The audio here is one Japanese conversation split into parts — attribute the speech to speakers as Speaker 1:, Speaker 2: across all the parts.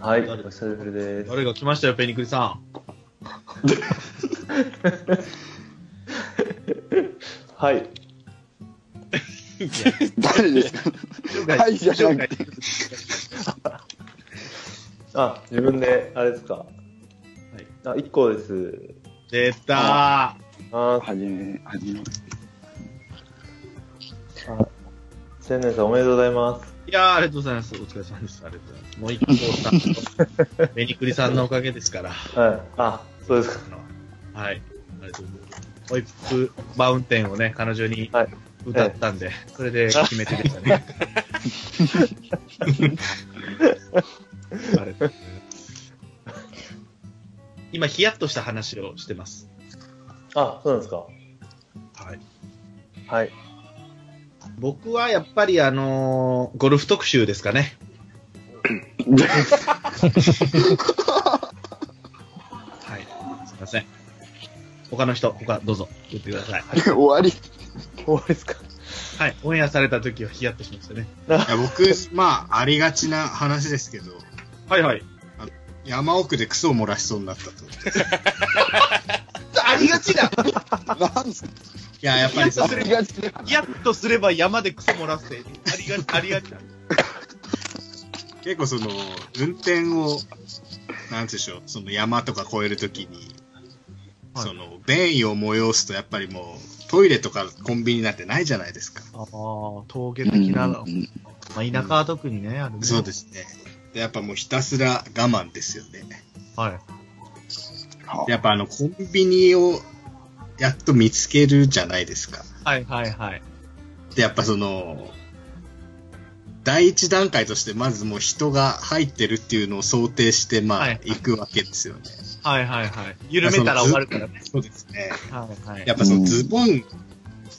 Speaker 1: はい、お
Speaker 2: 誰
Speaker 1: 久しぶりです。
Speaker 2: 誰が来ましたよ、ペニクリさん。
Speaker 1: はい、
Speaker 3: 誰ですかはいじゃなくて
Speaker 1: あ、自分で、あれですか。はい。あ、一個です。
Speaker 2: 出
Speaker 1: あ
Speaker 2: た
Speaker 3: はじめ、はじめ。
Speaker 1: ー、千年さんおめでとうございます。
Speaker 2: ー。いやー、ありがとうございます。お疲れ様です。ありがとうございます。もう一個 さ、ペニクリさんのおかげですから。
Speaker 1: はい。あ、そうですか。
Speaker 2: はい。ありがとうございます。ホイップマウンテンをね、彼女に
Speaker 1: はい
Speaker 2: 歌ったんで、それで決めてでしたね。 あれ今、ヒヤッとした話をしてます。
Speaker 1: あ、そうなんですか。
Speaker 2: はい。
Speaker 1: はい。
Speaker 2: 僕はやっぱりあのーゴルフ特集ですかね。はい。すいません。他の人、他どうぞ言ってください。
Speaker 3: 終わり。
Speaker 1: 終わりですか。
Speaker 2: はい。オンエアされた時はヒヤッとしましたね。
Speaker 4: いや僕、まあ、ありがちな話ですけど、
Speaker 2: はいはい。
Speaker 4: 山奥でクソを漏らしそうになったと。い
Speaker 2: ありがちだ
Speaker 3: なんすか
Speaker 4: や、やっぱりさ、
Speaker 3: ありがちな
Speaker 2: ヒヤッとすれば山でクソ漏らせ。ありが、ありがちだ。
Speaker 4: 結構その、運転を、なんて言うんでしょう、その山とか越えるときに、
Speaker 2: はい
Speaker 4: その、便意を催すと、やっぱりもう、トイレとかコンビニなんてないじゃないですか。
Speaker 2: ああ、峠的な、ま
Speaker 3: うん
Speaker 2: あ、田舎は特にね、あるね。。
Speaker 4: そうですすね。でやっぱもうひたすら我慢ですよね。
Speaker 2: はい。
Speaker 4: でやっぱあの、コンビニを、やっと見つけるじゃないですか。
Speaker 2: はいはいはい。
Speaker 4: で、やっぱその、第一段階として、まずもう人が入ってるっていうのを想定して、まあ、
Speaker 2: はい
Speaker 4: 行くわけですよね。
Speaker 2: はいはいはい。緩めたら終わるからね。
Speaker 4: そうですね。
Speaker 2: はいはい。
Speaker 4: やっぱそのズボン、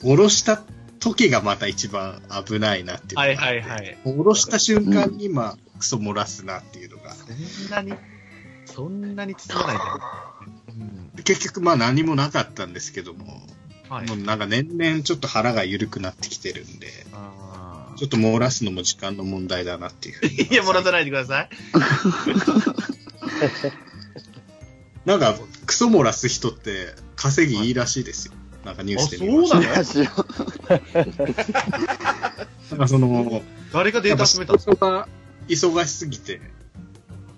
Speaker 4: 下ろした時がまた一番危ないなっていうのがあ
Speaker 2: はい
Speaker 4: って。
Speaker 2: はいはい。
Speaker 4: 下ろした瞬間に、まあ、クソ漏らすなっていうのが。
Speaker 2: そんなに、そんなに包まないで。うん。
Speaker 4: 結局、まあ何もなかったんですけども、
Speaker 2: はい
Speaker 4: もう。なんか年々ちょっと腹が緩くなってきてるんで、
Speaker 2: あ
Speaker 4: ちょっと漏らすのも時間の問題だなっていうふうに
Speaker 2: ーいや、もらさないでください。
Speaker 4: なんか、クソ漏らす人って稼ぎいいらしいですよ。なんかニュースで見まし
Speaker 2: あそう
Speaker 4: た。
Speaker 2: なの
Speaker 3: ラジオ
Speaker 4: なんかその、
Speaker 2: 誰がデ
Speaker 4: や
Speaker 2: ー
Speaker 4: っぱ
Speaker 2: タ
Speaker 4: 仕
Speaker 2: 集めたんです
Speaker 4: 事が忙しすぎて、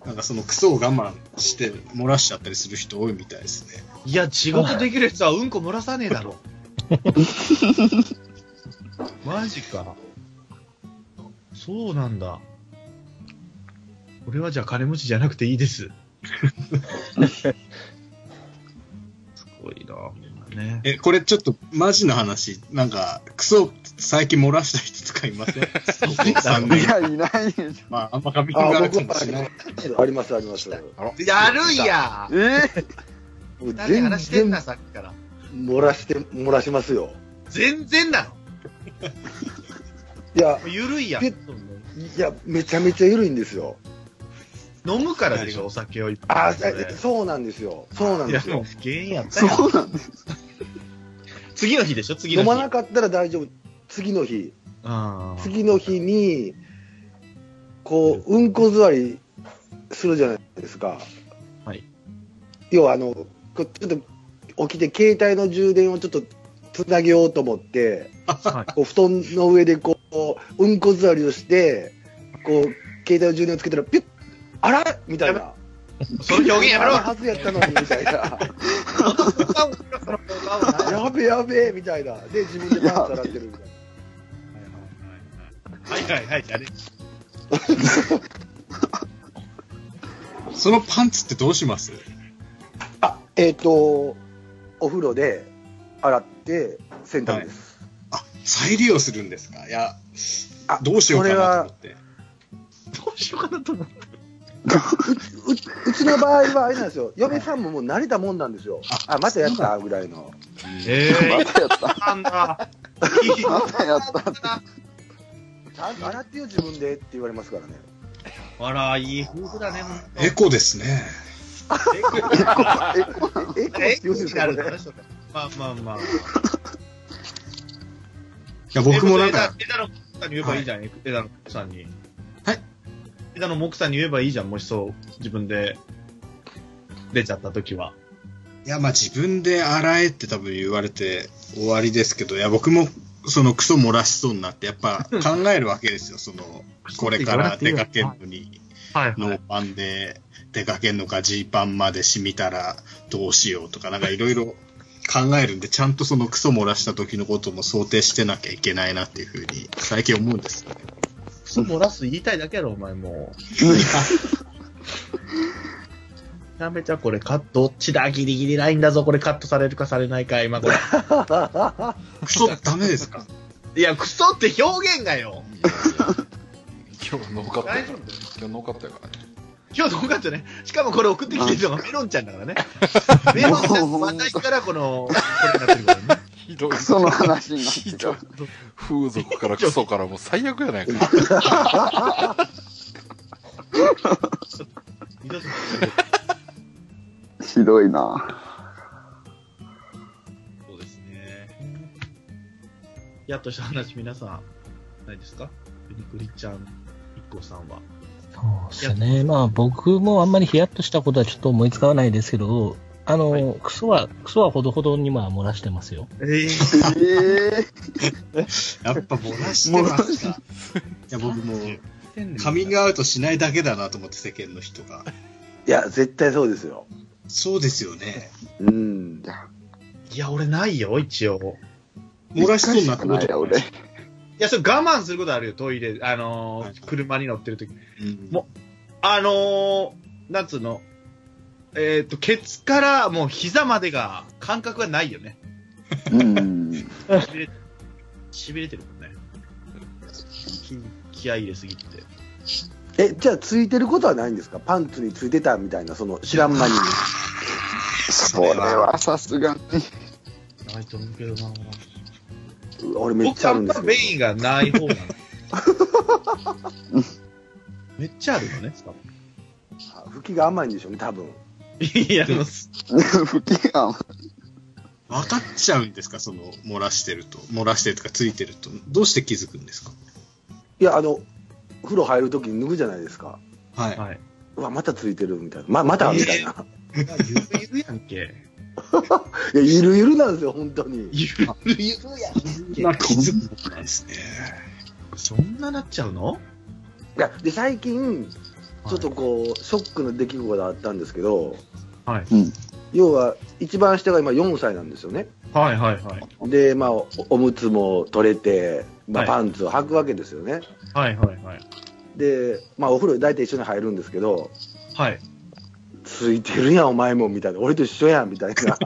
Speaker 4: なんかそのクソを我慢して漏らしちゃったりする人多いみたいですね。
Speaker 2: かいや、仕事できるやつはうんこ漏らさねえだ ろ。マジか。そうなんだ。俺はじゃあ金持ちじゃなくていいです。 すごいなね。
Speaker 4: え、これちょっとマジの話、なんか、クソ最近漏らした人とかいま せん ?3
Speaker 3: い
Speaker 4: 年。
Speaker 3: や、いないでし
Speaker 4: まあ、あんま髪型があるかもしれない。
Speaker 5: ありますあります。
Speaker 2: やるんや
Speaker 3: ょ。え
Speaker 5: もう
Speaker 2: 何
Speaker 5: 全
Speaker 2: 話してん
Speaker 5: 然
Speaker 2: な、さっきから。
Speaker 5: 漏らして、漏らしますよ。
Speaker 2: 全然なの。
Speaker 5: いや、
Speaker 2: ゆるいやん。
Speaker 5: えいや、めちゃめちゃ緩いんですよ。
Speaker 2: 飲むからでしょ、お酒をいっぱ
Speaker 5: あ
Speaker 2: い。それ
Speaker 5: ーそうなんですよ。そうなん
Speaker 2: い
Speaker 5: で
Speaker 2: や、
Speaker 5: す
Speaker 2: もう
Speaker 5: よ。
Speaker 2: 原因やったやん
Speaker 3: そうなん
Speaker 2: 次の日でしょ、次の
Speaker 5: 飲
Speaker 2: 日。
Speaker 5: まなかったら大丈夫。次の日、
Speaker 2: あー
Speaker 5: 次の日に、こう、うんこ座りするじゃないですか。
Speaker 2: はい。
Speaker 5: 要は、あの、こうちょっと起きて、携帯の充電をちょっとつなげようと思って、
Speaker 2: はい
Speaker 5: こう布団の上でこう、うんこ座りをして、こう、携帯の充電をつけたら、ピュッ、あらみたいな。
Speaker 2: その表現やめろ
Speaker 5: あらはずやったのに、みた いな。やべやべみたいな。で、自分でパンツ洗ってるみたいな。
Speaker 2: はいはいはい、じゃあね。
Speaker 4: そのパンツってどうします
Speaker 5: あ、えっ、と、お風呂で洗って洗濯です。
Speaker 4: あ、再利用するんですかいや、
Speaker 5: あ
Speaker 4: どうしようかなと思
Speaker 5: こ
Speaker 4: って。
Speaker 2: どうしようかなと思って。
Speaker 5: れはう、うちの場合はあれなんですよ。嫁さんももう慣れたもんなんですよ。あ、またやったぐらいの。
Speaker 2: え
Speaker 3: ま
Speaker 2: え
Speaker 3: たやった。
Speaker 2: ー、なんだ。いい
Speaker 3: またやった。
Speaker 5: ちゃんと洗ってよ、自分でって言われますからね。
Speaker 2: あら、いい夫婦だね、ほんと
Speaker 4: エコですね。
Speaker 5: え、え、え、え、って言うんですか、これ。
Speaker 2: まあまあまあ。
Speaker 4: いや、僕もなんか、
Speaker 2: 枝野さんに言えばいいじゃん、枝野さんに。
Speaker 4: はい。
Speaker 2: 間の木さんに言えばいいじゃん、もしそう、自分で出ちゃった時は。
Speaker 4: いや、まあ自分で洗えって多分言われて終わりですけど、いや、僕もそのクソ漏らしそうになって、やっぱ考えるわけですよ、その、これから出かけるのに、
Speaker 2: はい
Speaker 4: ノーパンで出かけるのか、ジーパンまで染みたらどうしようとか、なんかいろいろ考えるんで、ちゃんとそのクソ漏らした時のことも想定してなきゃいけないなっていうふうに、最近思うんですよね。
Speaker 2: クソ漏らす言いたいだけやろ、お前もう。めちゃめちゃこれカット、どっちだギリギリラインだぞ、これカットされるかされないか、今これ。
Speaker 4: クソダメですか
Speaker 2: いや、クソって表現がよ。
Speaker 6: 今日ノーカット
Speaker 2: 大
Speaker 6: や
Speaker 2: 丈
Speaker 6: から
Speaker 2: 夫
Speaker 6: 今日ノーカットやからね
Speaker 2: 今日どうかってね。しかもこれ送ってきてるの がメロンちゃんだからね。メロンちゃんと私からこの、これになってるからね。
Speaker 6: ひどい
Speaker 3: クソの話になって
Speaker 6: ひ
Speaker 3: ちゃ。
Speaker 6: どいう風俗からクソからもう最悪やないか
Speaker 2: 二度と
Speaker 3: ひどいな。
Speaker 2: そうですね。やっとした話、皆さん、ないですかゆにくりちゃん、一個さんは。
Speaker 7: そうですね。まあ僕もあんまりヒヤッとしたことはちょっと思いつかわないですけど、あの、クソは、クソはほどほどにまあ漏らしてますよ。
Speaker 2: ええ
Speaker 3: え
Speaker 4: やっぱ漏らしてますか。いや、僕もうカミングアウトしないだけだなと思って、世間の人が。
Speaker 5: いや、絶対そうですよ。
Speaker 4: そうですよね。
Speaker 3: うん。
Speaker 2: いや、俺ないよ、一応。
Speaker 4: 漏らしそうになったこ
Speaker 3: ないや、
Speaker 4: と。
Speaker 3: 俺。
Speaker 2: いや、それ我慢することあるよ、トイレ、あのー
Speaker 4: はい
Speaker 2: 車に乗ってるとき。
Speaker 4: うん
Speaker 2: もあのー、なんつうの、えっ、と、ケツからもう膝までが感覚がないよね。
Speaker 3: うん。
Speaker 2: 痺れ痺れてるもんね。気気合い入れすぎて。
Speaker 5: え、じゃあ、ついてることはないんですかパンツについてたみたいな、その、知らん間に。
Speaker 3: それはさすがに。
Speaker 2: ないと思うけどな
Speaker 5: うわ俺めっ
Speaker 2: 僕
Speaker 5: ちゃあ
Speaker 2: はあ
Speaker 5: るん
Speaker 2: んま
Speaker 5: で
Speaker 2: す
Speaker 5: けど
Speaker 2: メ。インがない方なの。めっちゃあるよね、
Speaker 5: 吹きが甘いんでしょうね、多分。
Speaker 2: いや、もう
Speaker 3: 不機嫌。
Speaker 4: 分かっちゃうんですか、その漏らしてると、漏らしてるとか、ついてると、どうして気づくんですか。
Speaker 5: いや、あの、風呂入るときに脱ぐじゃないですか。
Speaker 4: はい、
Speaker 2: はいう
Speaker 5: わ、またついてるみたいな。ま、またみたいな。
Speaker 2: ゆるゆるやんけ。
Speaker 5: いや、ゆるゆるなんですよ、本当に。
Speaker 2: ゆるゆるやんけ。
Speaker 4: まあ、気づくことなんですね。
Speaker 2: そんななっちゃうの
Speaker 5: いやで最近、ちょっとこう、ショックの出来事があったんですけど、
Speaker 2: はい
Speaker 3: うん
Speaker 5: 要は、一番下が今4歳なんですよね。
Speaker 2: はいはいはい。
Speaker 5: で、まあ、おおむつも取れて、
Speaker 2: は
Speaker 5: まあ、
Speaker 2: い
Speaker 5: パンツを履くわけですよね。
Speaker 2: はいはいはい。
Speaker 5: で、まあ、お風呂大体一緒に入るんですけど、
Speaker 2: はい。
Speaker 5: ついてるやん、お前も、みたいな。俺と一緒やん、みたい な。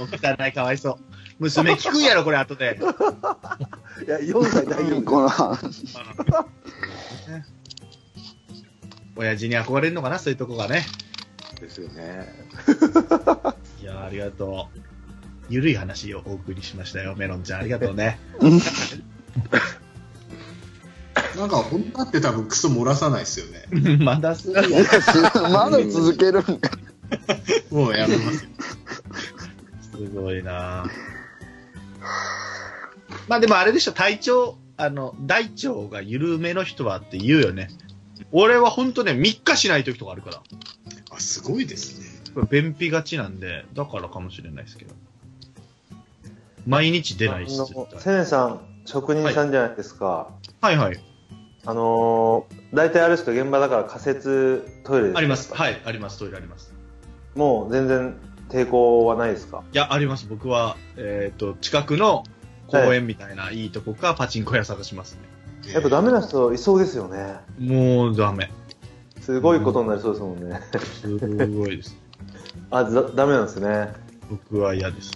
Speaker 2: お汚い、かわいそう。娘聞くんやろ、これ、後で。
Speaker 5: いや、4歳大丈
Speaker 3: 何
Speaker 5: 夫
Speaker 3: この話。
Speaker 2: 親父に憧れるのかな、そういうとこがね。
Speaker 5: ですよね。
Speaker 2: いやーありがとう。ゆるい話をお送りしましたよ、メロンちゃん。ありがとう ね。
Speaker 4: なんか、女って多分クソ漏らさないですよね。
Speaker 2: まだすな。
Speaker 3: まだ続けるんか。
Speaker 4: もうやめます。
Speaker 2: すごいなまあでもあれでしょ、体調、あの、大腸が緩めの人はって言うよね。俺は本当ね、3日しない時とかあるから。
Speaker 4: あ、すごいですね。
Speaker 2: 便秘がちなんで、だからかもしれないですけど。毎日出ないし、
Speaker 1: あ
Speaker 2: 絶
Speaker 1: の
Speaker 2: 対。
Speaker 1: せねさん、職人さんじゃないですか。
Speaker 2: はいはい。
Speaker 1: あのー、大体あれですか、現場だから仮設トイレですか
Speaker 2: あります。はい、あります。トイレあります。
Speaker 1: もう全然抵抗はないですか。
Speaker 2: いや、あります。僕は、えっ、と、近くの公園みたいないいとこか、パチンコ屋探しますね。
Speaker 1: やっぱダメな人いそうですよね。
Speaker 2: もうダメ。
Speaker 1: すごいことになりそうですもんね。
Speaker 2: すごいです。
Speaker 1: あ、だダメなんですね。
Speaker 2: 僕は嫌です。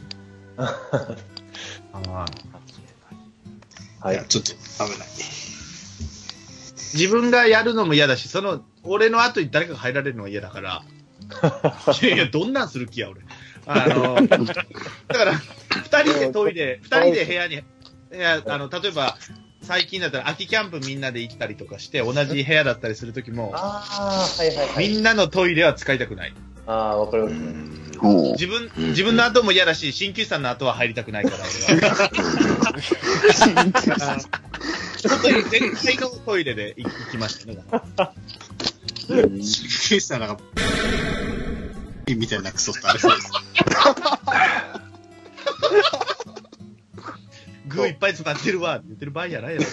Speaker 2: はい
Speaker 1: はい
Speaker 4: や、
Speaker 1: い。
Speaker 4: ちょっと危ない。
Speaker 2: 自分がやるのも嫌だし、その、俺の後に誰かが入られるのは嫌だから。いやいや、どんなんする気や、俺。あの、だから、二人でトイレ、二人で部屋に、いや、あの、例えば、最近だったら秋キャンプみんなで行ったりとかして、同じ部屋だったりするときも、
Speaker 1: ああ、はいはいは
Speaker 2: み
Speaker 1: い。
Speaker 2: んなのトイレは使いたくない。
Speaker 1: ああ、わかりますね。
Speaker 3: ほう。
Speaker 2: 自分、自分の後も嫌だ し、鍼灸師さんの後は入りたくないから、俺は。外に全体のトイレで行きましたね。
Speaker 4: シュさんなんか、みたいなクソってあれそうです。
Speaker 2: グーいっぱい詰まってるわって言ってる場合じゃ ないやろ。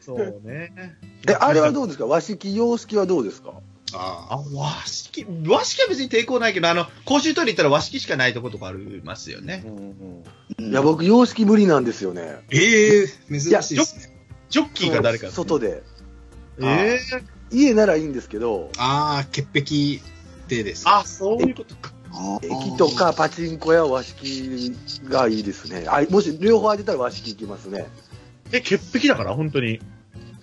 Speaker 2: そうね。
Speaker 5: で、あれはどうですか和式、洋式はどうですか
Speaker 4: ああ。
Speaker 2: あ、和式、和式は別に抵抗ないけど、あの、公衆トイレ行ったら和式しかないとことかありますよね。
Speaker 5: いや、僕、洋式無理なんですよね。
Speaker 4: ええ珍しいですね。
Speaker 2: ジョッキーが誰か。
Speaker 5: 外で。
Speaker 2: ええ
Speaker 5: 家ならいいんですけど、
Speaker 4: ああ、潔癖でです。
Speaker 2: あ、そういうことか。
Speaker 5: 駅とかパチンコや和式がいいですね。あもし両方空いてたら和式行きますね。
Speaker 2: え、潔癖だから、本当に。
Speaker 5: い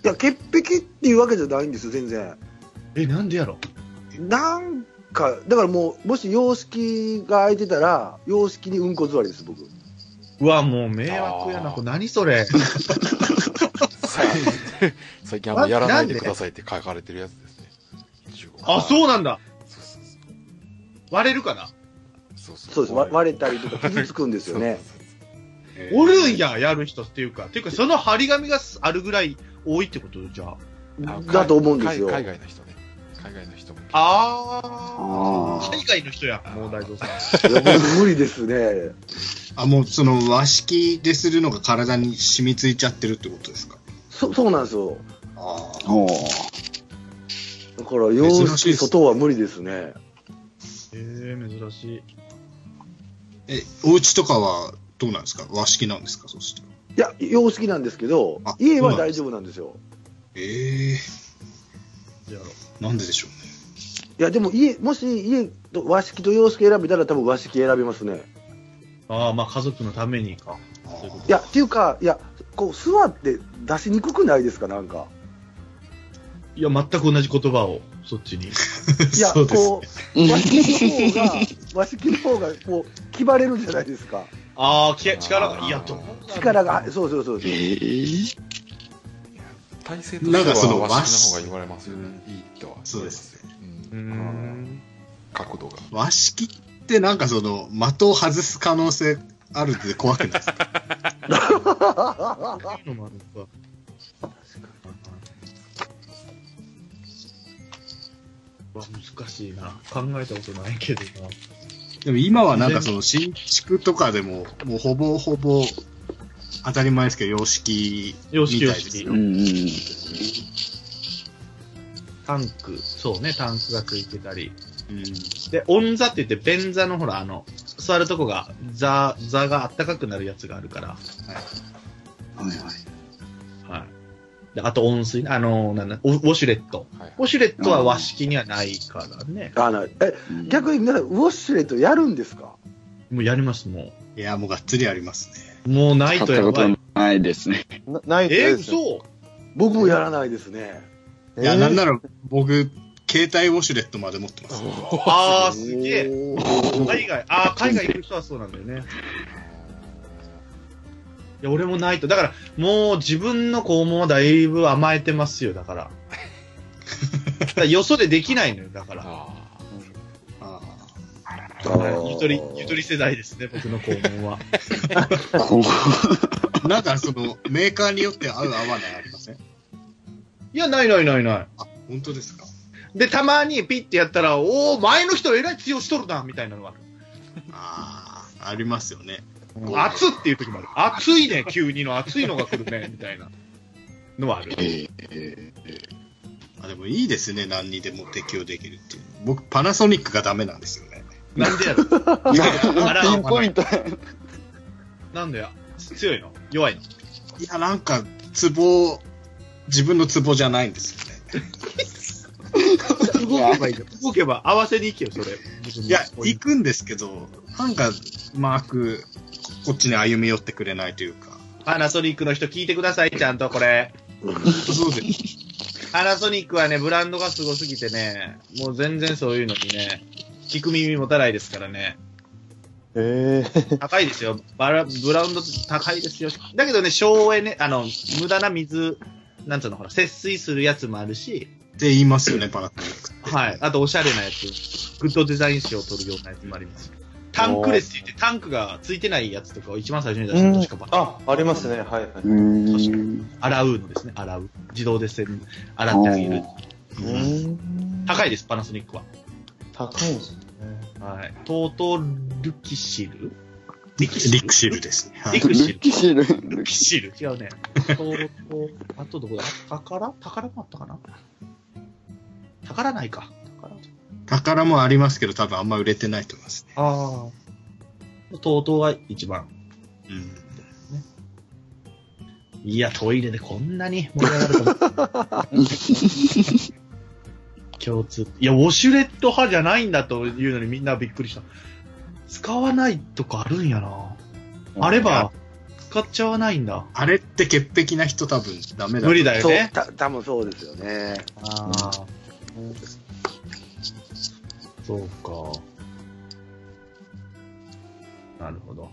Speaker 5: や、潔癖っていうわけじゃないんですよ、全然。
Speaker 2: え、なんでやろ
Speaker 5: なんか、だからもう、もし洋式が空いてたら、洋式にうんこ座りです、僕。
Speaker 2: うわ、もう迷惑やな、
Speaker 6: あー
Speaker 2: これ何それ。
Speaker 6: 最近最近あの、やらないでくださいって書かれてるやつですね。
Speaker 2: あ、
Speaker 6: う
Speaker 2: そうなんだ。
Speaker 6: そうそうそう
Speaker 2: 割れるかな。
Speaker 6: そうそう
Speaker 5: そうです。わ割れたりとか傷つくんですよね。
Speaker 4: えー
Speaker 2: おるんや、やる人っていうか。っていうか、その張り紙があるぐらい多いってことじゃあ。
Speaker 6: あ
Speaker 5: だと思うんですよ。
Speaker 6: 海海外の人ね。海外の人も。
Speaker 2: あ
Speaker 3: あ
Speaker 2: あ。
Speaker 3: ー
Speaker 2: 海外の人や、もう大蔵さん。
Speaker 5: いや僕無理ですね。
Speaker 4: あ、もうその和式でするのが体に染みついちゃってるってことですか。
Speaker 5: そそうなんですよ。
Speaker 4: ああ。
Speaker 3: おー
Speaker 5: だから洋
Speaker 4: 珍しい
Speaker 5: 式
Speaker 4: です
Speaker 5: 外は無理ですね。
Speaker 2: えー、珍しい。
Speaker 4: え、お家とかはどうなんですか和式なんですかそして。
Speaker 5: いや、洋式なんですけど
Speaker 4: あ、
Speaker 5: 家は大丈夫なんですよ。
Speaker 4: ええ
Speaker 2: やろ
Speaker 4: なんででしょうね。
Speaker 5: いや、でも家、もし家と、和式と洋式選べたら多分和式選びま すね。
Speaker 2: ああ、まあ家族のためにか。
Speaker 4: あ
Speaker 2: そういうこと
Speaker 5: いや、っていうか、いや、こう座って出しにくくないですか、なんか。
Speaker 2: いや、全く同じ言葉を、そっちに。
Speaker 5: いや、
Speaker 4: そうですね
Speaker 5: こう、和式の方が、和式の方が、こう、気張れるじゃないですか。
Speaker 2: ああ、き力が、いや、どうなんだろう
Speaker 5: 力が、そうそうそう
Speaker 3: え
Speaker 5: そう。
Speaker 3: ー
Speaker 6: 体制としては
Speaker 4: なんかその
Speaker 6: 和式の方が言われますよね。いいとは。
Speaker 4: そうです
Speaker 6: ね。
Speaker 2: うー
Speaker 6: うん
Speaker 2: ん。
Speaker 6: 角度が。
Speaker 4: 和式ってなんかその的を外す可能性あるって怖くないですか
Speaker 2: そういうのもあるのか。うわ難しいな。考えたことないけどな。
Speaker 4: でも今はなんかその新築とかでももうほぼほぼ当たり前ですけど様式
Speaker 2: 様
Speaker 4: み
Speaker 2: 式
Speaker 4: たいです
Speaker 3: う
Speaker 4: よ。
Speaker 3: んうん。
Speaker 2: タンク、そうね、タンクがついてたり。
Speaker 4: うん
Speaker 2: で、温座って言って、便座のほら、あの、座るとこが、座、座があったかくなるやつがあるから。
Speaker 3: はいはい
Speaker 2: はい。であと温水、あの、なんだ、ウォウォシュレット。
Speaker 6: はいはい
Speaker 2: ウォシュレットは和式にはないからね。
Speaker 5: あの、え、
Speaker 3: うん
Speaker 5: 逆に皆さん、ウォッシュレットやるんですか
Speaker 2: もうやります、も
Speaker 4: いやもうがっつりありますね。
Speaker 2: う。もうない
Speaker 3: 買っ
Speaker 2: とや
Speaker 3: たこ
Speaker 2: ば
Speaker 3: と
Speaker 2: い。
Speaker 3: ないですね。
Speaker 1: なないと
Speaker 2: え
Speaker 1: 嫌
Speaker 2: ー、
Speaker 1: ですよ
Speaker 2: 嘘
Speaker 5: 僕もやらないですね。
Speaker 4: いや、
Speaker 1: えー
Speaker 4: なんなら僕、携帯ウォシュレットまで持ってます。
Speaker 2: ああ、すげえ。
Speaker 5: おー
Speaker 2: 海外、ああ、海外行く人はそうなんだよね。いや、俺もないと。だから、もう自分の肛門はだいぶ甘えてますよ、だから。だからよそでできないのよ、だから。
Speaker 6: ああ。
Speaker 4: あ
Speaker 2: ゆとり、ゆとり世代ですね、僕の肛門は。
Speaker 3: こ
Speaker 4: ーなんかその、メーカーによって合う合わないありません
Speaker 2: いや、ないないないない。
Speaker 4: あ、本当ですか
Speaker 2: で、たまにピッてやったら、おお、前の人えらい強しとるな、みたいなのがある。
Speaker 4: ああ、ありますよね。
Speaker 2: 熱っていう時もある。熱いね、急にの、熱いのが来るね、みたいなのはある。
Speaker 3: えー
Speaker 4: あ、でもいいですね。何にでも適用できるっていう。僕、パナソニックがダメなんですよね。
Speaker 2: なんでやるあら
Speaker 3: ピンポイント。
Speaker 2: なんでや強いの弱いの
Speaker 4: いや、なんか、ツボ、自分のツボじゃないんですよね。
Speaker 2: 動けばいいよ動けば合わせに行けよ、それ。
Speaker 4: いや、行くんですけど、なんか、マーク、こっちに歩み寄ってくれないというか。
Speaker 2: パナソニックの人聞いてください、ちゃんとこれ。
Speaker 4: そうです。
Speaker 2: パナソニックはね、ブランドがすごすぎてね、もう全然そういうのにね、聞く耳持たないですからね。
Speaker 1: えー
Speaker 2: 高いですよ。バラブランド高いですよ。だけどね、省エネ、あの、無駄な水、なんつうの、ほら、節水するやつもあるし、
Speaker 4: って言いますよね、パナソニックって。
Speaker 2: はい。あと、おしゃれなやつ。グッドデザイン賞を取るようなやつもあります。タンクレスって言って、タンクがついてないやつとかを一番最初に出したの確かバ
Speaker 1: あ、ありますね。はいはい。
Speaker 3: うん。
Speaker 2: 洗うのですね、洗う。自動で洗洗ってあげる。うん高いです、パナソニックは。
Speaker 1: 高いんですね。
Speaker 2: はい。トートルキシル
Speaker 4: リクシルですね。は
Speaker 2: リ
Speaker 4: い
Speaker 2: クシ
Speaker 3: ル
Speaker 2: ル
Speaker 3: キシル。
Speaker 2: ルキシル違うね。トート、あとどこだ宝宝もあったかな宝ないか。宝
Speaker 4: 宝もありますけど、多分あんま売れてないと思います。
Speaker 2: ああ。トートが一番。
Speaker 4: うん。
Speaker 2: いや、トイレでこんなに盛り上がるとは 共通。いや、ウォシュレット派じゃないんだというのにみんなびっくりした。使わないとかあるんやな。あれば、使っちゃわないんだ。
Speaker 4: あれって潔癖な人多分ダメだ。
Speaker 2: 無理だよ
Speaker 5: そう
Speaker 2: ね。
Speaker 5: た多分そうですよね。
Speaker 2: ああ。そうか。なるほど。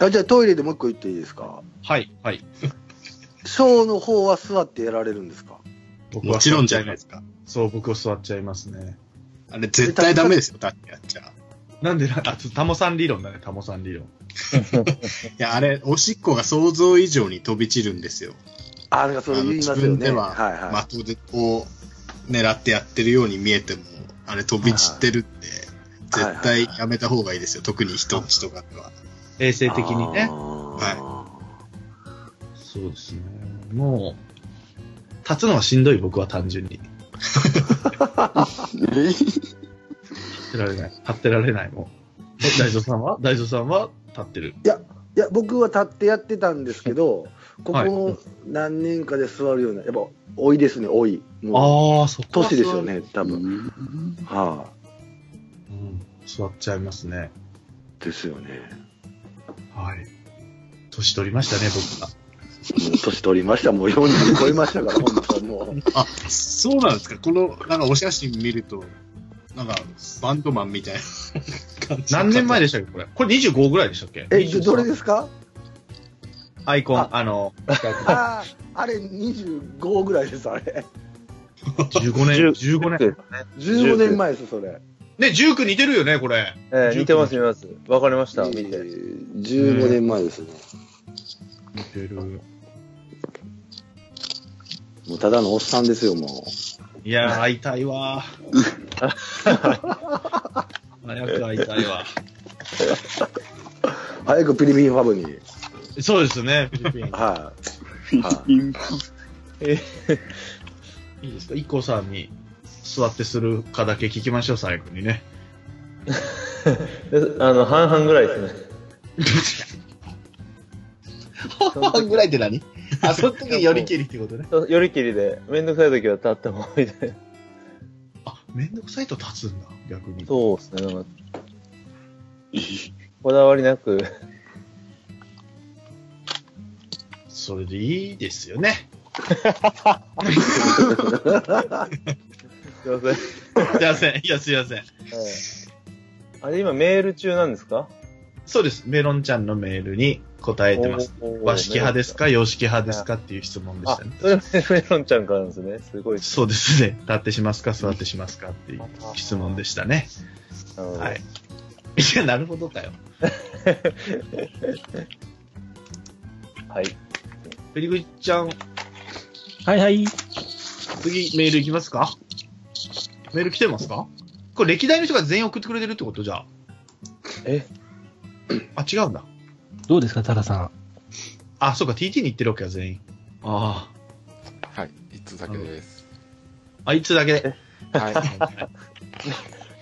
Speaker 5: あじゃあトイレでもう一個言っていいですか
Speaker 2: はい、はい。
Speaker 5: ショーの方は座ってやられるんですか
Speaker 2: 僕。
Speaker 4: もちろんじゃないですすか。
Speaker 2: そう、僕は座っちゃいますね。
Speaker 4: あれ絶対ダメですよ、だってやっちゃ。
Speaker 2: なんでな、あ、タモさん理論だね、タモさん理論。
Speaker 4: いや、あれ、おしっこが想像以上に飛び散るんですよ。
Speaker 5: あなんかそれ
Speaker 4: あの
Speaker 5: 言います
Speaker 4: 自
Speaker 5: よ
Speaker 4: 分で
Speaker 5: ね。
Speaker 4: は
Speaker 5: はいはい。
Speaker 4: 的でこう狙ってやってるように見えてもあれ飛び散ってるって
Speaker 5: はいはい
Speaker 4: 絶対やめた方がいいですよ特に人んちとかでは
Speaker 2: 衛生的にね
Speaker 5: あ。ー
Speaker 2: そうですね。もう、立つのはしんどい、僕は単純に。
Speaker 3: え
Speaker 2: 立ってられない。立ってられない、もう。え大蔵さんは大蔵さんは立ってる。
Speaker 5: いや、僕は立ってやってたんですけど、こ
Speaker 2: はい
Speaker 5: こ何年かで座るような、やっぱ多いですね、多い。もう、
Speaker 2: ああ、そこは
Speaker 5: 年ですよ。ね、多分。
Speaker 3: うん
Speaker 5: は
Speaker 2: うん、座っちゃいますね。
Speaker 5: い。ですよね。
Speaker 2: はい。年取りましたね、僕 が。
Speaker 5: もう年取りました、もう40超え ましたから、本当もう。
Speaker 4: あそうなんですかこのなんかお写真見るとなんかバンドマンみたいな感じ
Speaker 2: 何年前
Speaker 4: で
Speaker 2: でしたっけ、これ。これ25ぐらいでしたっけ
Speaker 5: え、
Speaker 2: 23
Speaker 5: どれですか
Speaker 2: アイコン、あ
Speaker 5: あ
Speaker 2: の、
Speaker 5: ああ、あれ25ぐらいです、あれ。
Speaker 2: 15年、15年。
Speaker 5: 15年前です、それ。
Speaker 2: ね、19似てるよね、これ。
Speaker 1: えー似てます、似てます。わかりました。
Speaker 5: え
Speaker 1: 見て。
Speaker 5: ー15年前ですね。
Speaker 2: 似てる。
Speaker 5: もうただのおっさんですよ、もう。
Speaker 2: いやー、会いたいわー。 早く会いたいわ。
Speaker 5: 早くピリピンファブに。はい、
Speaker 2: そうですね、フィリピン。
Speaker 5: はい。
Speaker 2: いいですか、i k さんに座ってするかだけ聞きましょう、最後にね。
Speaker 1: であ の、半々ぐらいですね。
Speaker 2: ぐらいって何あ、その時に寄り切りってことね。
Speaker 1: そう寄り切りで、めんどくさい時は立った方がいいで。
Speaker 2: あ、めんどくさいと立つんだ、逆に。
Speaker 1: そうですね。なんか こだわりなく。
Speaker 2: それでいいですよね。
Speaker 1: すいません。
Speaker 2: すいません、いや、すいません。
Speaker 1: はいあれ、今メール中なんですか
Speaker 2: そうです、メロンちゃんのメールに答えてます。和式派ですか洋式派ですかっていう質問でし
Speaker 1: あ
Speaker 2: たね。、
Speaker 1: それも メロンちゃんからなんですね。すごい。
Speaker 2: そうですね。立ってしますか座ってしますかっていう質問でしたね。は。。
Speaker 1: はい
Speaker 2: いや、なるほどかよ。
Speaker 1: はい。
Speaker 2: ペリグリちゃん、
Speaker 7: はいはい。
Speaker 2: 次メールいきますかメール来てますかこれ歴代の人が全員送ってくれてるってことじゃあ。
Speaker 1: え
Speaker 2: あ、違うんだ。
Speaker 7: どうですか、タラさ
Speaker 2: あ、そうか、TT に行ってるわけや、全員。あ
Speaker 6: はい。一通だけです。
Speaker 2: あ。あいつだけで。
Speaker 6: はい。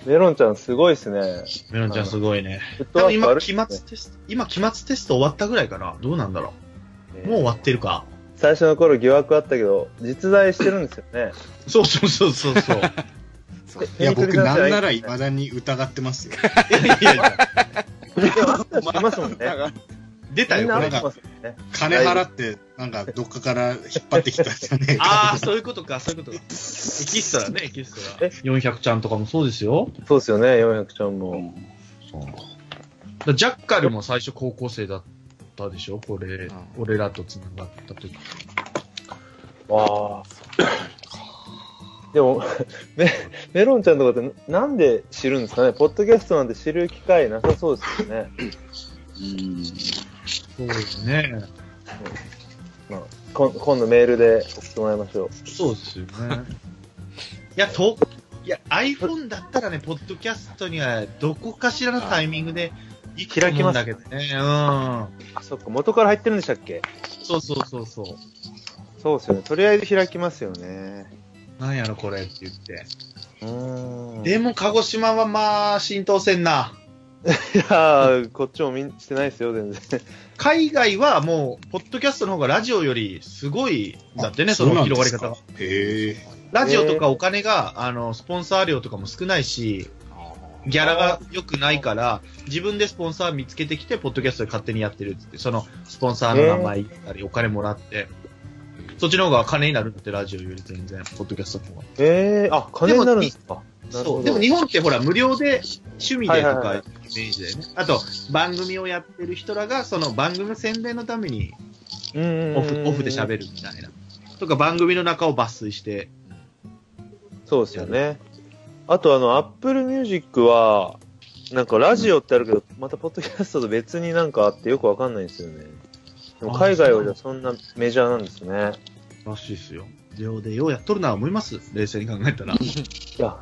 Speaker 1: メロンちゃんすごいですね。
Speaker 2: メロンちゃんすごいね。
Speaker 1: フット
Speaker 2: 多
Speaker 1: ワ
Speaker 2: 分
Speaker 1: ークあ
Speaker 2: 今、
Speaker 1: る
Speaker 2: 期末テスト、今、期末テスト終わったぐらいかな。どうなんだろう。もう終わってるか。
Speaker 1: 最初の頃疑惑あったけど、実在してるんですよね。
Speaker 2: そうそうそうそうそう。
Speaker 6: そう
Speaker 4: いや僕なんなら
Speaker 1: い
Speaker 4: 未だに疑ってますよ
Speaker 2: いやいやいや
Speaker 1: ますもんね。
Speaker 2: 出た
Speaker 1: みん
Speaker 2: よ、
Speaker 1: な合っ
Speaker 2: これ
Speaker 1: て。
Speaker 2: が
Speaker 1: ます。
Speaker 4: 金払ってなんかどっかから引っ張ってきたじゃね え
Speaker 2: ああ、
Speaker 4: か
Speaker 2: そういうことか、そういうことか。エキストラね、エキストラ。
Speaker 1: え
Speaker 2: 400ちゃんとかもそうですよ。
Speaker 1: そうですよね、400ちゃんも。
Speaker 2: だジャッカルも最初高校生だったでしょこれ、
Speaker 6: ん
Speaker 2: 俺らと繋がった時。
Speaker 1: わあ。でも、メメロンちゃんとかってなんで知るんですかねポッドキャストなんて知る機会なさそうですよね。
Speaker 2: そうですね。
Speaker 1: まあ、こん今度メールで送ってもらいましょう。
Speaker 2: そうですよね。いや、と、いや、iPhone だったらね、ポッドキャストにはどこかしらのタイミングで行くと思うんだけどね。うん。
Speaker 1: あ、そっか、元から入ってるんでしたっけ
Speaker 2: そうそうそうそ
Speaker 1: そうですよね。とりあえず開きますよね。
Speaker 2: う。なんやろこれって言って。
Speaker 1: うーん。い
Speaker 2: でも鹿児島はまあ浸透せんな。
Speaker 1: やー、こっちもみんしてないですよ、全然。
Speaker 2: 海外はもう、ポッドキャストの方がラジオよりすごい、だってね、
Speaker 4: あ
Speaker 2: その
Speaker 4: うなん
Speaker 2: 広が
Speaker 4: で
Speaker 2: り
Speaker 4: すか
Speaker 2: 方は。
Speaker 4: へえ。
Speaker 2: ラジオとかお金が、あの、スポンサー料とかも少ないし、ギャラが良くないから、自分でスポンサー見つけてきて、ポッドキャストで勝手にやってるってって、そのスポンサーの名前言ったり、お金もらって、そっちの方が金になるって、ラジオより全然、ポッドキャストの方が。
Speaker 1: えー、あ、金になるんですか。なるほ
Speaker 2: そう。
Speaker 1: ど
Speaker 2: でも日本ってほら、無料で、趣味でと
Speaker 1: はいはいは
Speaker 2: か、イメージだよね。あと、番組をやってる人らが、その番組宣伝のために、
Speaker 1: うーん
Speaker 2: オフオフで喋るみたいな。とか、番組の中を抜粋して。
Speaker 1: そうですよね。あと、あの、Apple Music は、なんかラジオってあるけど、またポッドキャストと別になんかあってよくわかんないんですよね。でも海外はじゃあそんなメジャーなんですね。
Speaker 2: らしいですよ。量でようやっとるな思います。冷静に考えたら。
Speaker 1: いや、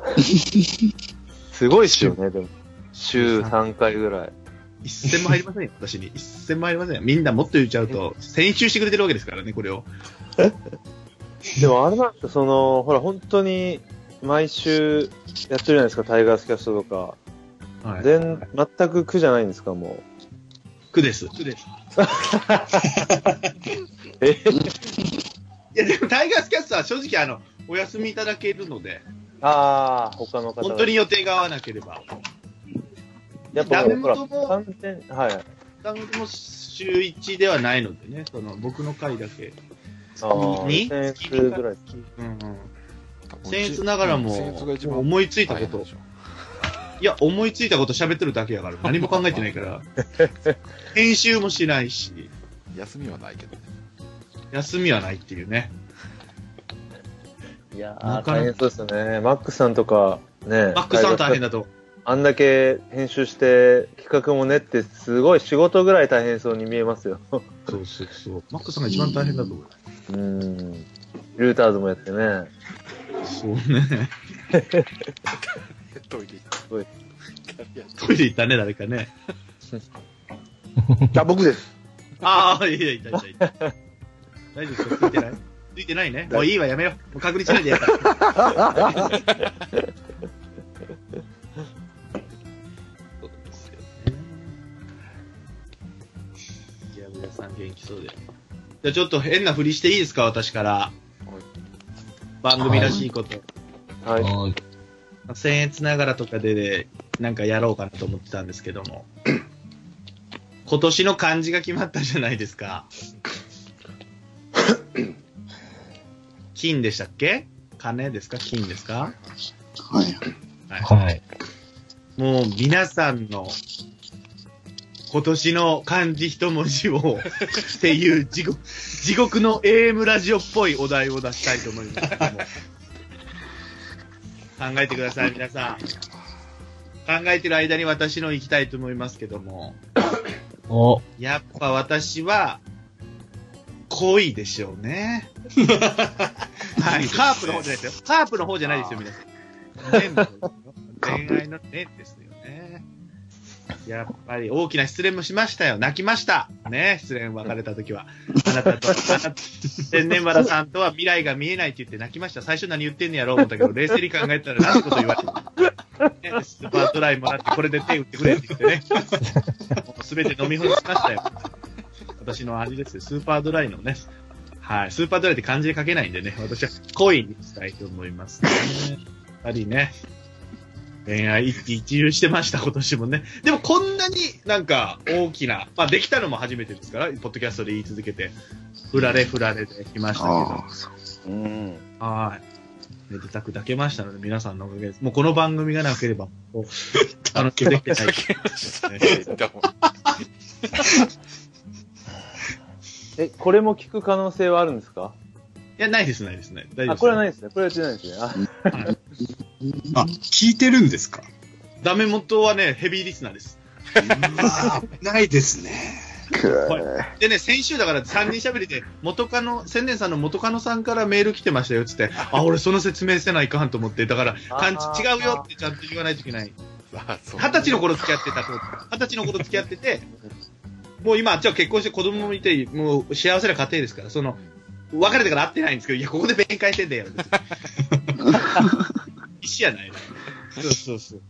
Speaker 1: すごいっすよね、でも。週3回ぐらい。
Speaker 2: 一銭も入りません よ、私に。一銭も入りませんよ。みんなもっと言っちゃうと、先週してくれてるわけですからね、これを。
Speaker 1: でもあれなんですよその、ほら、本当に、毎週やってるじゃないですか、タイガースキャストと
Speaker 2: は
Speaker 1: か。
Speaker 2: い。
Speaker 1: 全、全く苦じゃないんですか、も
Speaker 2: 苦です。苦 です。
Speaker 1: う。 え
Speaker 2: いや、でもタイガースキャストは正直、あの、お休みいただけるので、
Speaker 1: ああ、他の方が
Speaker 2: 本当に予定が合わなければ。
Speaker 1: やっぱもう
Speaker 2: ダメ
Speaker 1: ほら、
Speaker 2: 元も
Speaker 1: 完全、はい。
Speaker 2: ダウンロードも週1ではないのでね、その、僕の回だけ。
Speaker 1: あー
Speaker 2: に
Speaker 1: 1000円するぐらい。
Speaker 2: うんうん。僭越ながらも
Speaker 6: 僭越が一番
Speaker 2: 思いついたこと
Speaker 6: 大変でしょ
Speaker 2: いや、思いついたこと喋ってるだけやから、何も考えてない から。編集もしないし、
Speaker 6: 休みはないけどね。
Speaker 2: 休みはないっていうね。
Speaker 1: いや
Speaker 2: な
Speaker 1: ー、
Speaker 2: かなか
Speaker 1: 大変そうですよね。マックさんとか、ね。
Speaker 2: マックさん大変
Speaker 1: だ。
Speaker 2: だと。
Speaker 1: あんだけ編集して、企画も練って、すごい仕事ぐらい大変そうに見えますよ。う
Speaker 2: そうそうそう。マックさんが一番大変だと思う。
Speaker 1: ーん。ルーターズもやってね。
Speaker 2: そうね。
Speaker 6: トイレ
Speaker 1: トイレ
Speaker 2: トイレ行ったね、誰かね。
Speaker 5: あ僕です。
Speaker 2: ああ、いやいや、いたいたいた。大丈夫ですかついてないついてないね。もういいわ、やめよう。もう確認しないでやった。そうですよねいや、皆さん元気そうで。じゃあちょっと変なふりしていいですか、私から。番組らしいこと。
Speaker 1: はい。
Speaker 7: おい
Speaker 2: 僭越ながらとかで、ね、なんかやろうかなと思ってたんですけども今年の漢字が決まったじゃないですか金でしたっけ金ですか金ですか
Speaker 3: はい。
Speaker 7: はい。
Speaker 2: もう皆さんの今年の漢字一文字をっていう地獄地獄の AM ラジオっぽいお題を出したいと思いますけども考えてください、皆さん。考えてる間に私の行きたいと思いますけども、
Speaker 7: お、
Speaker 2: やっぱ私は、恋でしょう ね。はい、カープの方じゃないですよ。カープの方じゃないですよ、皆 さん。全部ですよ恋愛の念ですよね。やっぱり大きな失恋もしましたよ。泣きました。ね、失恋別れた時は。あなたと、あなた、天然原さんとは未来が見えないって言って泣きました。最初何言ってんのやろう思ったけど、冷静に考えたら何てこと言われて、ね、スーパートライもらって、これで手打ってくれって言ってね。もうすべて飲み干し ましたよ。私の味ですよ。スーパードライのね。はい。スーパードライって漢字で書けないんでね。私は恋にしたいと思います、ね。やっぱりね。恋愛一喜一憂してました、今年もね。でもこんなになんか大きな、まあできたのも初めてですから、ポッドキャストで言い続けて、振られ振られできましたけど
Speaker 3: あ。あ、そう。
Speaker 1: うん。
Speaker 2: はい。めでたく抱けましたので、皆さんのおかげです。もうこの番組がなければ、もう あの、できてない。
Speaker 6: でも
Speaker 1: え、これも聞く可能性はあるんですか
Speaker 2: や、ないです、ないです、ない大丈夫
Speaker 1: あ、これはない
Speaker 2: い。
Speaker 1: ですね。これはうちないですね。あ、
Speaker 4: あ、聞いてるんです か
Speaker 2: ダメ元はね、ヘビーリスナーです。
Speaker 4: あないですね。
Speaker 3: くー
Speaker 2: はいでね、先週だから3人喋りで、元カノ、千年さんの元カノさんからメール来てましたよってって、あ、俺その説明せないかんと思って、だから、
Speaker 1: あー
Speaker 2: 勘違うよってちゃんと言わないといけない。
Speaker 6: あ そう
Speaker 2: 二十歳の頃付き合ってたと。二十歳の頃付き合ってて、もう今、あっちは結婚して子供もいて、もう幸せな家庭ですから、その、別れてから会ってないんですけど、いや、ここで弁解してんだ よ。石やないな。そうそうそう。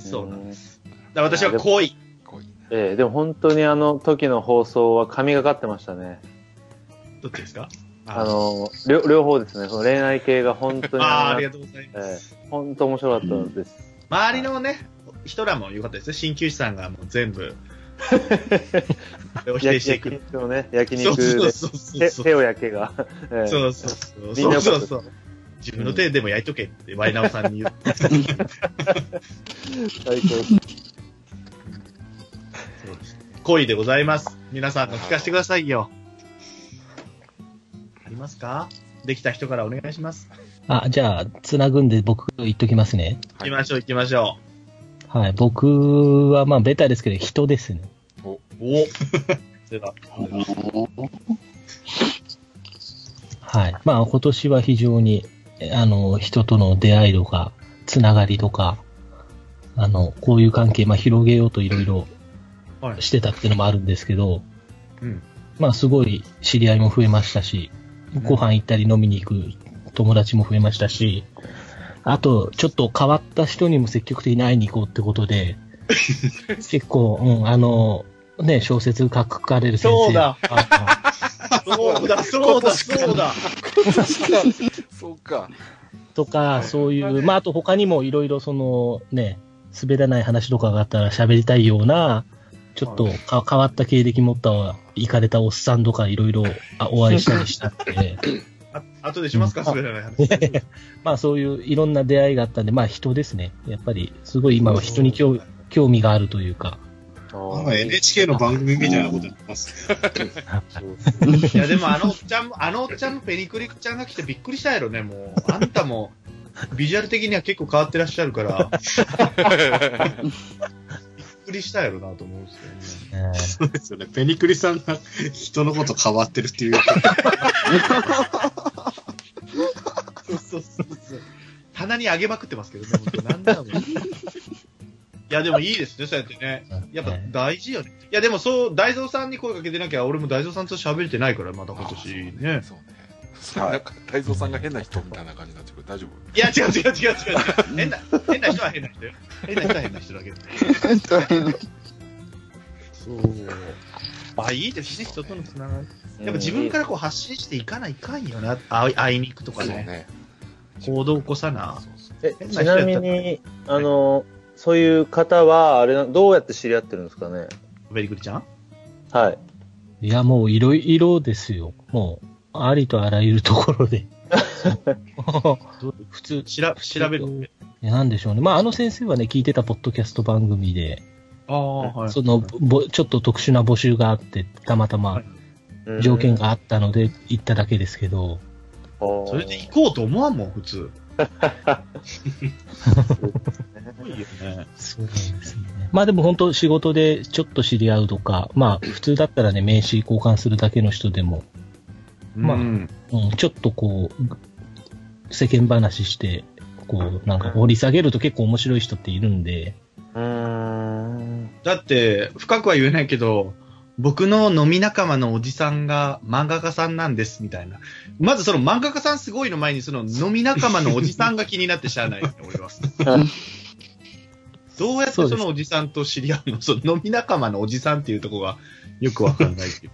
Speaker 2: そうなんです。
Speaker 1: す。
Speaker 2: だから私は恋。
Speaker 6: こういう
Speaker 1: ええでも本当にあの時の放送は神がかってましたね。
Speaker 2: どっちですか
Speaker 1: あ、の、両両方ですね。その恋愛系が本当に。
Speaker 2: あーありがとうございます。
Speaker 1: ええ本当面白かったです。
Speaker 2: 周りのね、人らも良かったですね。鍼灸師さんがもう全部、お否定
Speaker 1: 焼
Speaker 2: し
Speaker 1: き
Speaker 2: ていく
Speaker 1: 焼。肉のね、焼
Speaker 2: そう
Speaker 1: 肉
Speaker 2: そう
Speaker 1: で
Speaker 2: そうそう
Speaker 1: 手
Speaker 2: そう。
Speaker 1: 手を焼けが。 ええ
Speaker 2: そうそう
Speaker 1: みんな
Speaker 2: そう。
Speaker 1: よかっ
Speaker 2: そうそ
Speaker 1: た
Speaker 2: うそう。自分の手でも焼いとけって、ワイナオさんに言って。
Speaker 1: 最高です。
Speaker 2: 恋でございます。皆さんも聞かせてくださいよ。ありますかできた人からお願いします。
Speaker 7: あ、じゃあ、つなぐんで僕言っときますね。
Speaker 2: 行きましょう、行きましょ
Speaker 7: はい。僕は、まあ、ベタですけど、人ですね。
Speaker 2: う。おそれでは
Speaker 7: はい。まあ、今年は非常に、えあの、人との出会いとか、つながりとか、あの、こういう関係、まあ、広げようといろいろ
Speaker 2: はい
Speaker 7: してたっていうのもあるんですけど、
Speaker 2: うん
Speaker 7: まあ、すごい知り合いも増えましたし、ご飯行ったり飲みに行く友達も増えましたし、あと、ちょっと変わった人にも積極的に会いに行こうってことで、 結構、うん、あの、ね、小説書かれる先生。
Speaker 2: そうだ
Speaker 7: あ
Speaker 2: そうだ、そうだ、そうだ。
Speaker 6: そうか。
Speaker 7: とか、そういう、まあ、あと他にもいろいろそのね、滑らない話とかがあったら喋りたいような、ちょっとか変わった経歴持った、行かれたおっさんとかいろいろあお会いしたりしたって、
Speaker 2: あ後でしますか、それらの話。
Speaker 7: まあそういういろんな出会いがあったんで、まあ人ですね。やっぱり、すごい今は人に興興味があるというか、
Speaker 4: なんか NHK の番組みたいなことやってますね。
Speaker 2: いや、でもあのおっちゃんも、あのおっちゃんもペニクリクちゃんが来てびっくりしたやろね、もう。あんたも、ビジュアル的には結構変わってらっしゃるから、びっくりしたやろなと思うんですけどね。
Speaker 7: えー
Speaker 4: そうですよね。ペニクリさんが人のこと変わってるっていうか。
Speaker 2: そうそうそうそう。棚に上げまくってますけどね、本当なんだろう。いや、でもいいですね、そうやってね。 やっぱ大事よね。いや、でもそう、大蔵さんに声かけてなきゃ、俺も大蔵さんと喋れてないから、まだ今年ね。
Speaker 6: そうね。それなんか、太蔵さんが変な人みたいな感じになっちゃうけど、大丈夫
Speaker 2: いや、違う違う違う違う違う。変な、変な人は変な人よ。変な人は変な人だけど。
Speaker 3: 大変
Speaker 2: そう。あ、いいですね、人とのつなが
Speaker 1: う
Speaker 2: り。
Speaker 1: ん
Speaker 2: やっぱ自分からこう発信していかないかんよな。あ会いに行くとか
Speaker 6: そう
Speaker 2: ね。
Speaker 6: ね。
Speaker 2: 行動起こさな。
Speaker 6: そうそう
Speaker 1: え
Speaker 2: 変な
Speaker 1: ち
Speaker 2: 人や
Speaker 1: な
Speaker 2: った
Speaker 1: みに、あの、そういう方は、あれな、どうやって知り合ってるんですかね
Speaker 2: ベリクリちゃん
Speaker 1: はい。
Speaker 7: いや、もういろいろですよ。もう、ありとあらゆるとこ ろで。 普通、
Speaker 2: しら調べる。
Speaker 7: いやなんでしょうね。まあ、あの先生はね、聞いてたポッドキャスト番組で、
Speaker 2: ああ、はい。
Speaker 7: その、ぼちょっと特殊な募集があって、たまた
Speaker 2: は
Speaker 7: ま
Speaker 1: う
Speaker 2: い
Speaker 1: ん
Speaker 7: 条件。があったので行っただけですけど、
Speaker 1: そ
Speaker 2: それで行こうと思わんもん、普通。すごいよね。
Speaker 7: そうなんですね。まあでも本当仕事でちょっと知り合うとか、まあ普通だったらね、名刺交換するだけの人でも、まあ
Speaker 2: うん
Speaker 7: うん、ちょっとこう、世間話して、こう、なんか掘り下げると結構面白い人っているんで、
Speaker 1: うーん。
Speaker 2: だって、深くは言えないけど、僕の飲み仲間のおじさんが漫画家さんなんです、みたいな。まずその漫画家さんすごいの前に、その飲み仲間のおじさんが気になってしゃあないよね、俺は。どうやってそのおじさんと知り合うのその飲み仲間のおじさんっていうとこがよくわかんないっていう。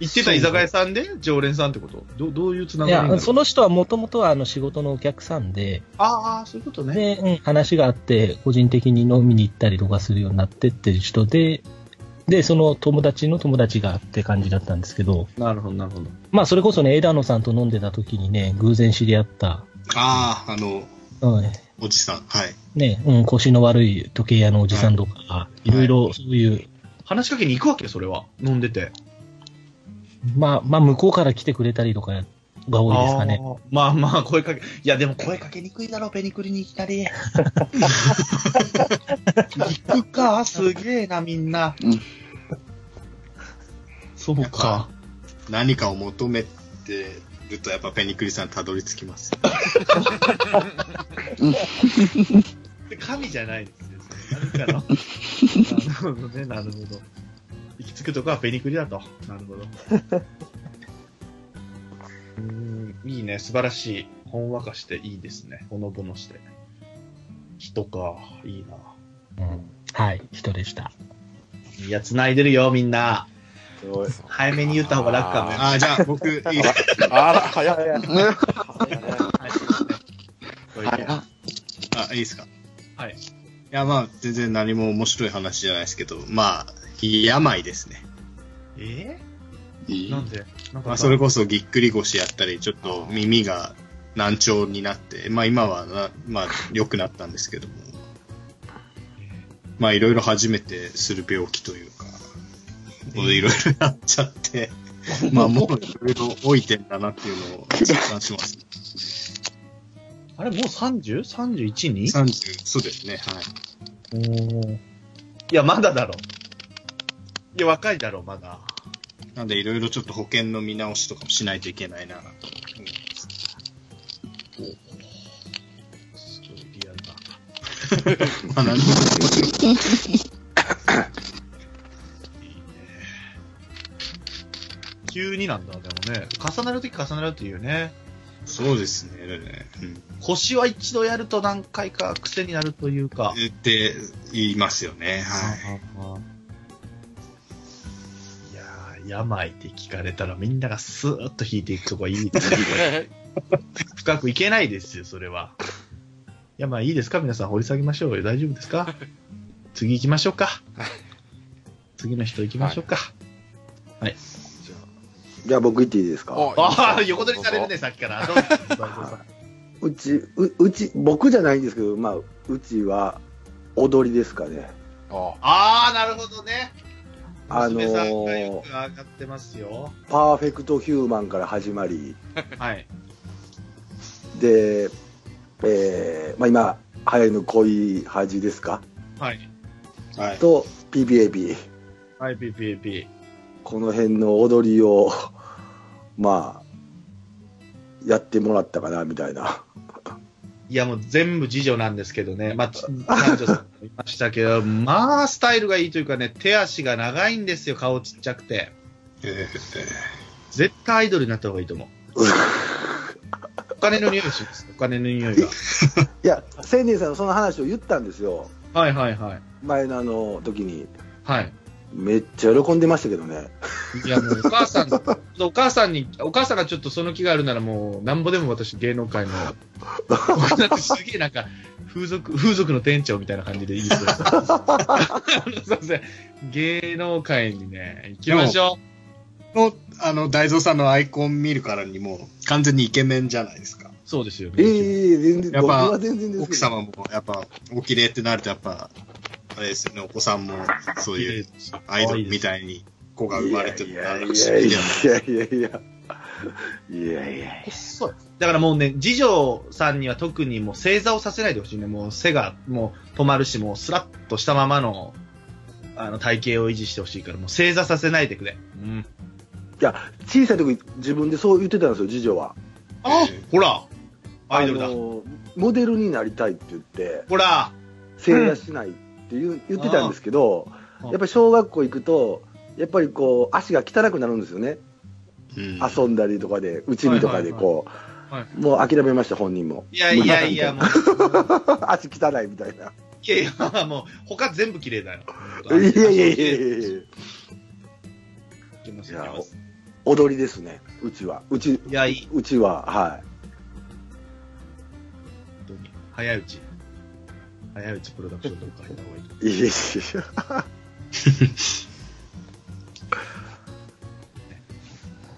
Speaker 2: 行ってた居酒屋さんで常連さんってことどどういうつないがりなの
Speaker 7: や、その人はもともとはあの仕事のお客さんで、
Speaker 2: ああ、そういうことね。
Speaker 7: で、うん、話があって、個人的に飲みに行ったりとかするようになってっていう人で、で、その友達の友達がって感じだったんですけど、
Speaker 2: なるほど、なるほど。
Speaker 7: まあ、それこそね、枝野さんと飲んでた時にね、偶然知り合った、
Speaker 4: ああ、あの、
Speaker 7: うん、
Speaker 4: おじさん。はい。
Speaker 7: ね、うん、腰の悪い時計屋のおじさんとか、いろいろそういう、
Speaker 2: 話しかけに行くわけそれは。飲んでて。
Speaker 7: まあ、まあ、向こうから来てくれたりとかが多いですかね。
Speaker 2: あーまあまあ、声かけ、いやでも声かけにくいだろ、ペニクリにいきなり。行くか、すげえな、みんな。
Speaker 3: うん
Speaker 2: そうか。
Speaker 4: 何かを求めてるとやっぱペニクリさんたどり着きます。
Speaker 2: 神じゃないですね。それ何かの。なるほどね、なるほど。行き着くとこはペニクリだと。なるほど。うーんいいね、素晴らしい。ほんわかしていいですね。ほのぼのして。人か、いいな。
Speaker 7: うんはい、人でした。
Speaker 2: いや、繋いでるよ、みんな。
Speaker 1: す ごい。
Speaker 2: 早めに言った方が楽かもよ。
Speaker 4: ああ、じゃあ 僕、いいですか
Speaker 6: あら、早い。
Speaker 2: はい
Speaker 4: あ、いいですか
Speaker 2: はい
Speaker 4: いや、まあ、全然何も面白い話じゃないですけど、まあ、病ですね。
Speaker 2: え
Speaker 3: い
Speaker 2: ー
Speaker 3: い
Speaker 2: なんでなんか
Speaker 4: まあ、それこそぎっくり腰やったり、ちょっと耳が難聴になって、まあ今はな、まあ良くなったんですけども、まあいろいろ初めてする病気というか、いろいろなっちゃって、 まあもういろいろ老いてんだなっていうのを実感します。
Speaker 2: あれ、もう 30?31 に
Speaker 4: 30、そうですね、は
Speaker 2: お
Speaker 4: い。
Speaker 2: ーいや、まだだろ。いや、若いだろ、まだ。
Speaker 4: なんでいろいろちょっと保険の見直しとかもしないといけないなと。
Speaker 2: すごいリアルな。
Speaker 4: まあ何も
Speaker 2: いいね。急になんだ、でもね。重なるとき重なるっていうね。
Speaker 4: そうですね。うん
Speaker 2: 星は一度やると何回か癖になるというか。
Speaker 4: って言いますよね。はい。
Speaker 2: いやー、病って聞かれたらみんながスーッと引いていくとこはいいですね 深くいけないですよ、それは。いや、まあいいですか皆さん掘り下げましょうよ。大丈夫ですか次行きましょうか。次の人行きましょうか。
Speaker 5: じゃあ僕言っていいですか
Speaker 2: ああ、横取りされるね、さっき から。どうぞどうぞどうぞ
Speaker 5: うちううち僕じゃないんですけどまあうちは踊りですかね
Speaker 6: あ
Speaker 2: ああ、なるほどね。
Speaker 5: あの
Speaker 2: 娘さんがよ
Speaker 5: ー
Speaker 2: く、上がってますよ。
Speaker 5: パーフェクトヒューマンから始まり
Speaker 2: はい。
Speaker 5: で、えーまあ、今流行りの恋恥ですか
Speaker 2: はい。
Speaker 4: はい。
Speaker 5: と PBAB
Speaker 2: はい、PPP。
Speaker 5: この辺の踊りを まあやってもらったかなみたいない
Speaker 2: や、もう全部次女なんですけどね。 まあ、つ男女さんもいましたけど、まあ、スタイルがいいというかね、手足が長いんですよ、顔ちっちゃくて。
Speaker 4: え
Speaker 2: 絶対アイドルになった方がいいと思う。お金の匂いします。お金の匂いが。
Speaker 5: いや千年さんのその話を言ったんですよ
Speaker 2: はいはいはい。
Speaker 5: 前のあの時に
Speaker 2: はい。
Speaker 5: めっちゃ喜んでましたけどね
Speaker 2: いや、もうお母さん、 お母さんに、お母さんがちょっとその気があるならもう、なんぼでも私芸能界の、僕なんてすげえなんか、風俗、風俗の店長みたいな感じでいいですよ。あのすいません。芸能界にね、行きましょ
Speaker 4: の、あの、大蔵さんのアイコン見るからにも、完全にイケメンじゃないですか。
Speaker 2: う。そうですよ
Speaker 5: え
Speaker 2: ね。
Speaker 5: え全然
Speaker 4: やっ
Speaker 5: 僕
Speaker 4: ぱ
Speaker 5: は全然です
Speaker 4: 奥
Speaker 5: けど
Speaker 4: 様も、やっぱ、お綺麗ってなると、やっぱ、あれですよね、お子さんも、そういう、アイドルみ
Speaker 2: い。
Speaker 4: たいに、子が生まれて
Speaker 5: い
Speaker 4: も、
Speaker 5: や
Speaker 4: ないん
Speaker 5: や
Speaker 4: だ
Speaker 5: い
Speaker 4: か不
Speaker 5: や
Speaker 4: 思議
Speaker 5: い
Speaker 4: じゃない。
Speaker 5: やいやいやいやいや
Speaker 2: そうだからもうね、次女さんには特にもう正座をさせないでほしいね。もう背がもう止まるし、もうスラッとしたままの、あの体型を維持してほしいから、もう正座させないでくれ。うん。
Speaker 5: いや小さい時自分でそう言ってたんですよ次女は
Speaker 2: あほらアイドルだ。
Speaker 5: あのモデルになりたいって言って
Speaker 2: ほら
Speaker 5: 正座しないって言う言ってたんですけど
Speaker 2: ああ
Speaker 5: やっぱり小学校行くとやっぱりこう足が汚くなるんですよね、
Speaker 4: うん
Speaker 5: 遊んだりとかで打ち身とかでこう、
Speaker 2: はいは
Speaker 5: もう諦めました本人も
Speaker 2: いやいやいや、もう。
Speaker 5: 足汚いみたいない
Speaker 2: やいや、もう、他全部綺麗だよ。
Speaker 5: いやいやいや
Speaker 2: い
Speaker 5: いやいや
Speaker 2: きますい
Speaker 5: いや
Speaker 2: きます
Speaker 5: 踊りですねうちはうち
Speaker 2: いや、いい。
Speaker 5: うちはは
Speaker 2: 本当に。早いうち。早いうちプロダクションとか入った方がいい。
Speaker 5: いいやいやいや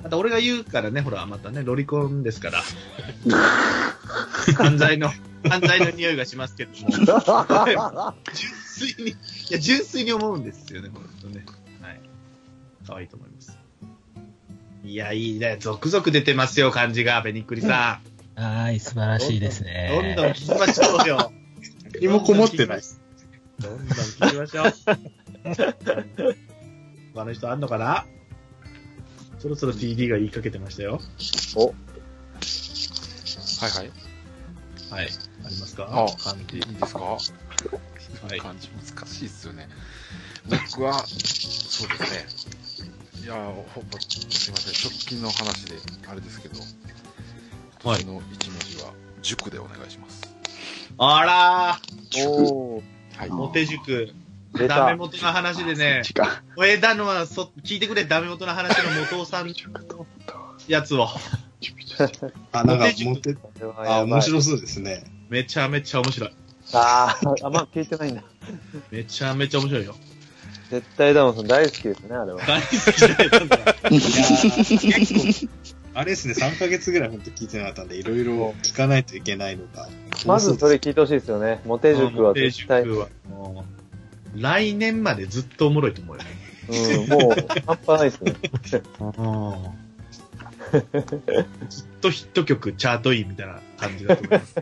Speaker 2: また俺が言うからね、ほら、またね、ロリコンですから。犯罪の、犯罪の匂いがしますけども。純粋に、いや、純粋に思うんですよね、この人ね。はい。可愛いと思います。いや、いいね。続々出てますよ、感じが、ベニックリさん。
Speaker 7: はーい、素晴らしいですね。
Speaker 2: どんどん聞きましょう よ。
Speaker 4: 何もこもってない。
Speaker 2: どんどん聞きましょう。他の人あんのかなそろそろ TD が言いかけてましたよ。
Speaker 6: はいはい。
Speaker 2: はい。ありますか
Speaker 6: あ
Speaker 2: 感じ。
Speaker 6: いいですか
Speaker 2: はい。
Speaker 6: 感じ難しいですよね。僕は、そうですね。いやー、ほぼ、すいません。直近の話で、あれですけど、今
Speaker 2: はい
Speaker 6: 年の一文字は、塾でお願いします。
Speaker 1: お
Speaker 2: あ
Speaker 1: ー、
Speaker 6: はい。
Speaker 2: らー、モテ塾。
Speaker 1: 出
Speaker 2: ダメ
Speaker 1: た。
Speaker 2: 元の話でね、
Speaker 3: 違う。
Speaker 2: 終えたのはそ、聞いてくれ、ダメ元の話の元尾さんのやつを。
Speaker 4: あ、なんか
Speaker 2: モテ、塾
Speaker 4: モテ、
Speaker 1: これはやば
Speaker 4: あ、
Speaker 1: い
Speaker 4: 面白そうですね。
Speaker 2: めちゃめちゃ面白い。
Speaker 1: あーあ、まあ聞いてないんだ。
Speaker 2: めちゃめちゃ面白いよ。
Speaker 1: 絶対ダモンさん大好きですね、あれは。
Speaker 2: 大好きだよ、なんか
Speaker 4: いやー結構、 あれですね、3ヶ月ぐらい本当聞いてなかったんで、いろいろ聞かないといけないのが。
Speaker 1: まずそれ聞いてほしいですよね。モテ塾は
Speaker 2: モテ
Speaker 1: 絶対。う
Speaker 2: 塾はもう来年までずっとおもろいと思うよね。
Speaker 1: ん、もう、半端ないですね。
Speaker 2: ずっとヒット曲、チャートインみたいな感じだと思います。